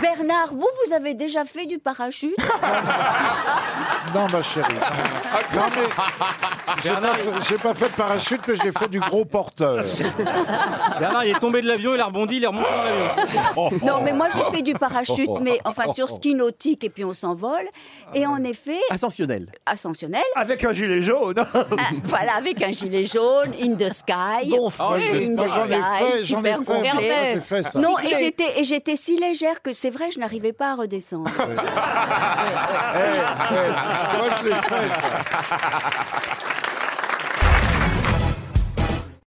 Bernard, vous, vous avez déjà fait du parachute Non, ma chérie. Non, mais. J'ai pas, j'ai pas fait de parachute, mais j'ai fait du gros porteur. Bernard, il est tombé de l'avion, il a rebondi, il est remonté dans l'avion. Non, mais moi, j'ai fait du parachute, mais enfin sur ski nautique, et puis on s'envole. Et Ah. en effet, Ascensionnel. ascensionnel, Avec un gilet jaune. ah, voilà, avec un gilet jaune, in the sky. Ah, Moi, j'ai- moi, j'en ai fait, j'en ai super fait. complet. moi, j'ai fait ça. Non, et j'étais, et j'étais si légère que c'est vrai, je n'arrivais pas à redescendre. Eh, eh, moi, je l'ai fait. ça.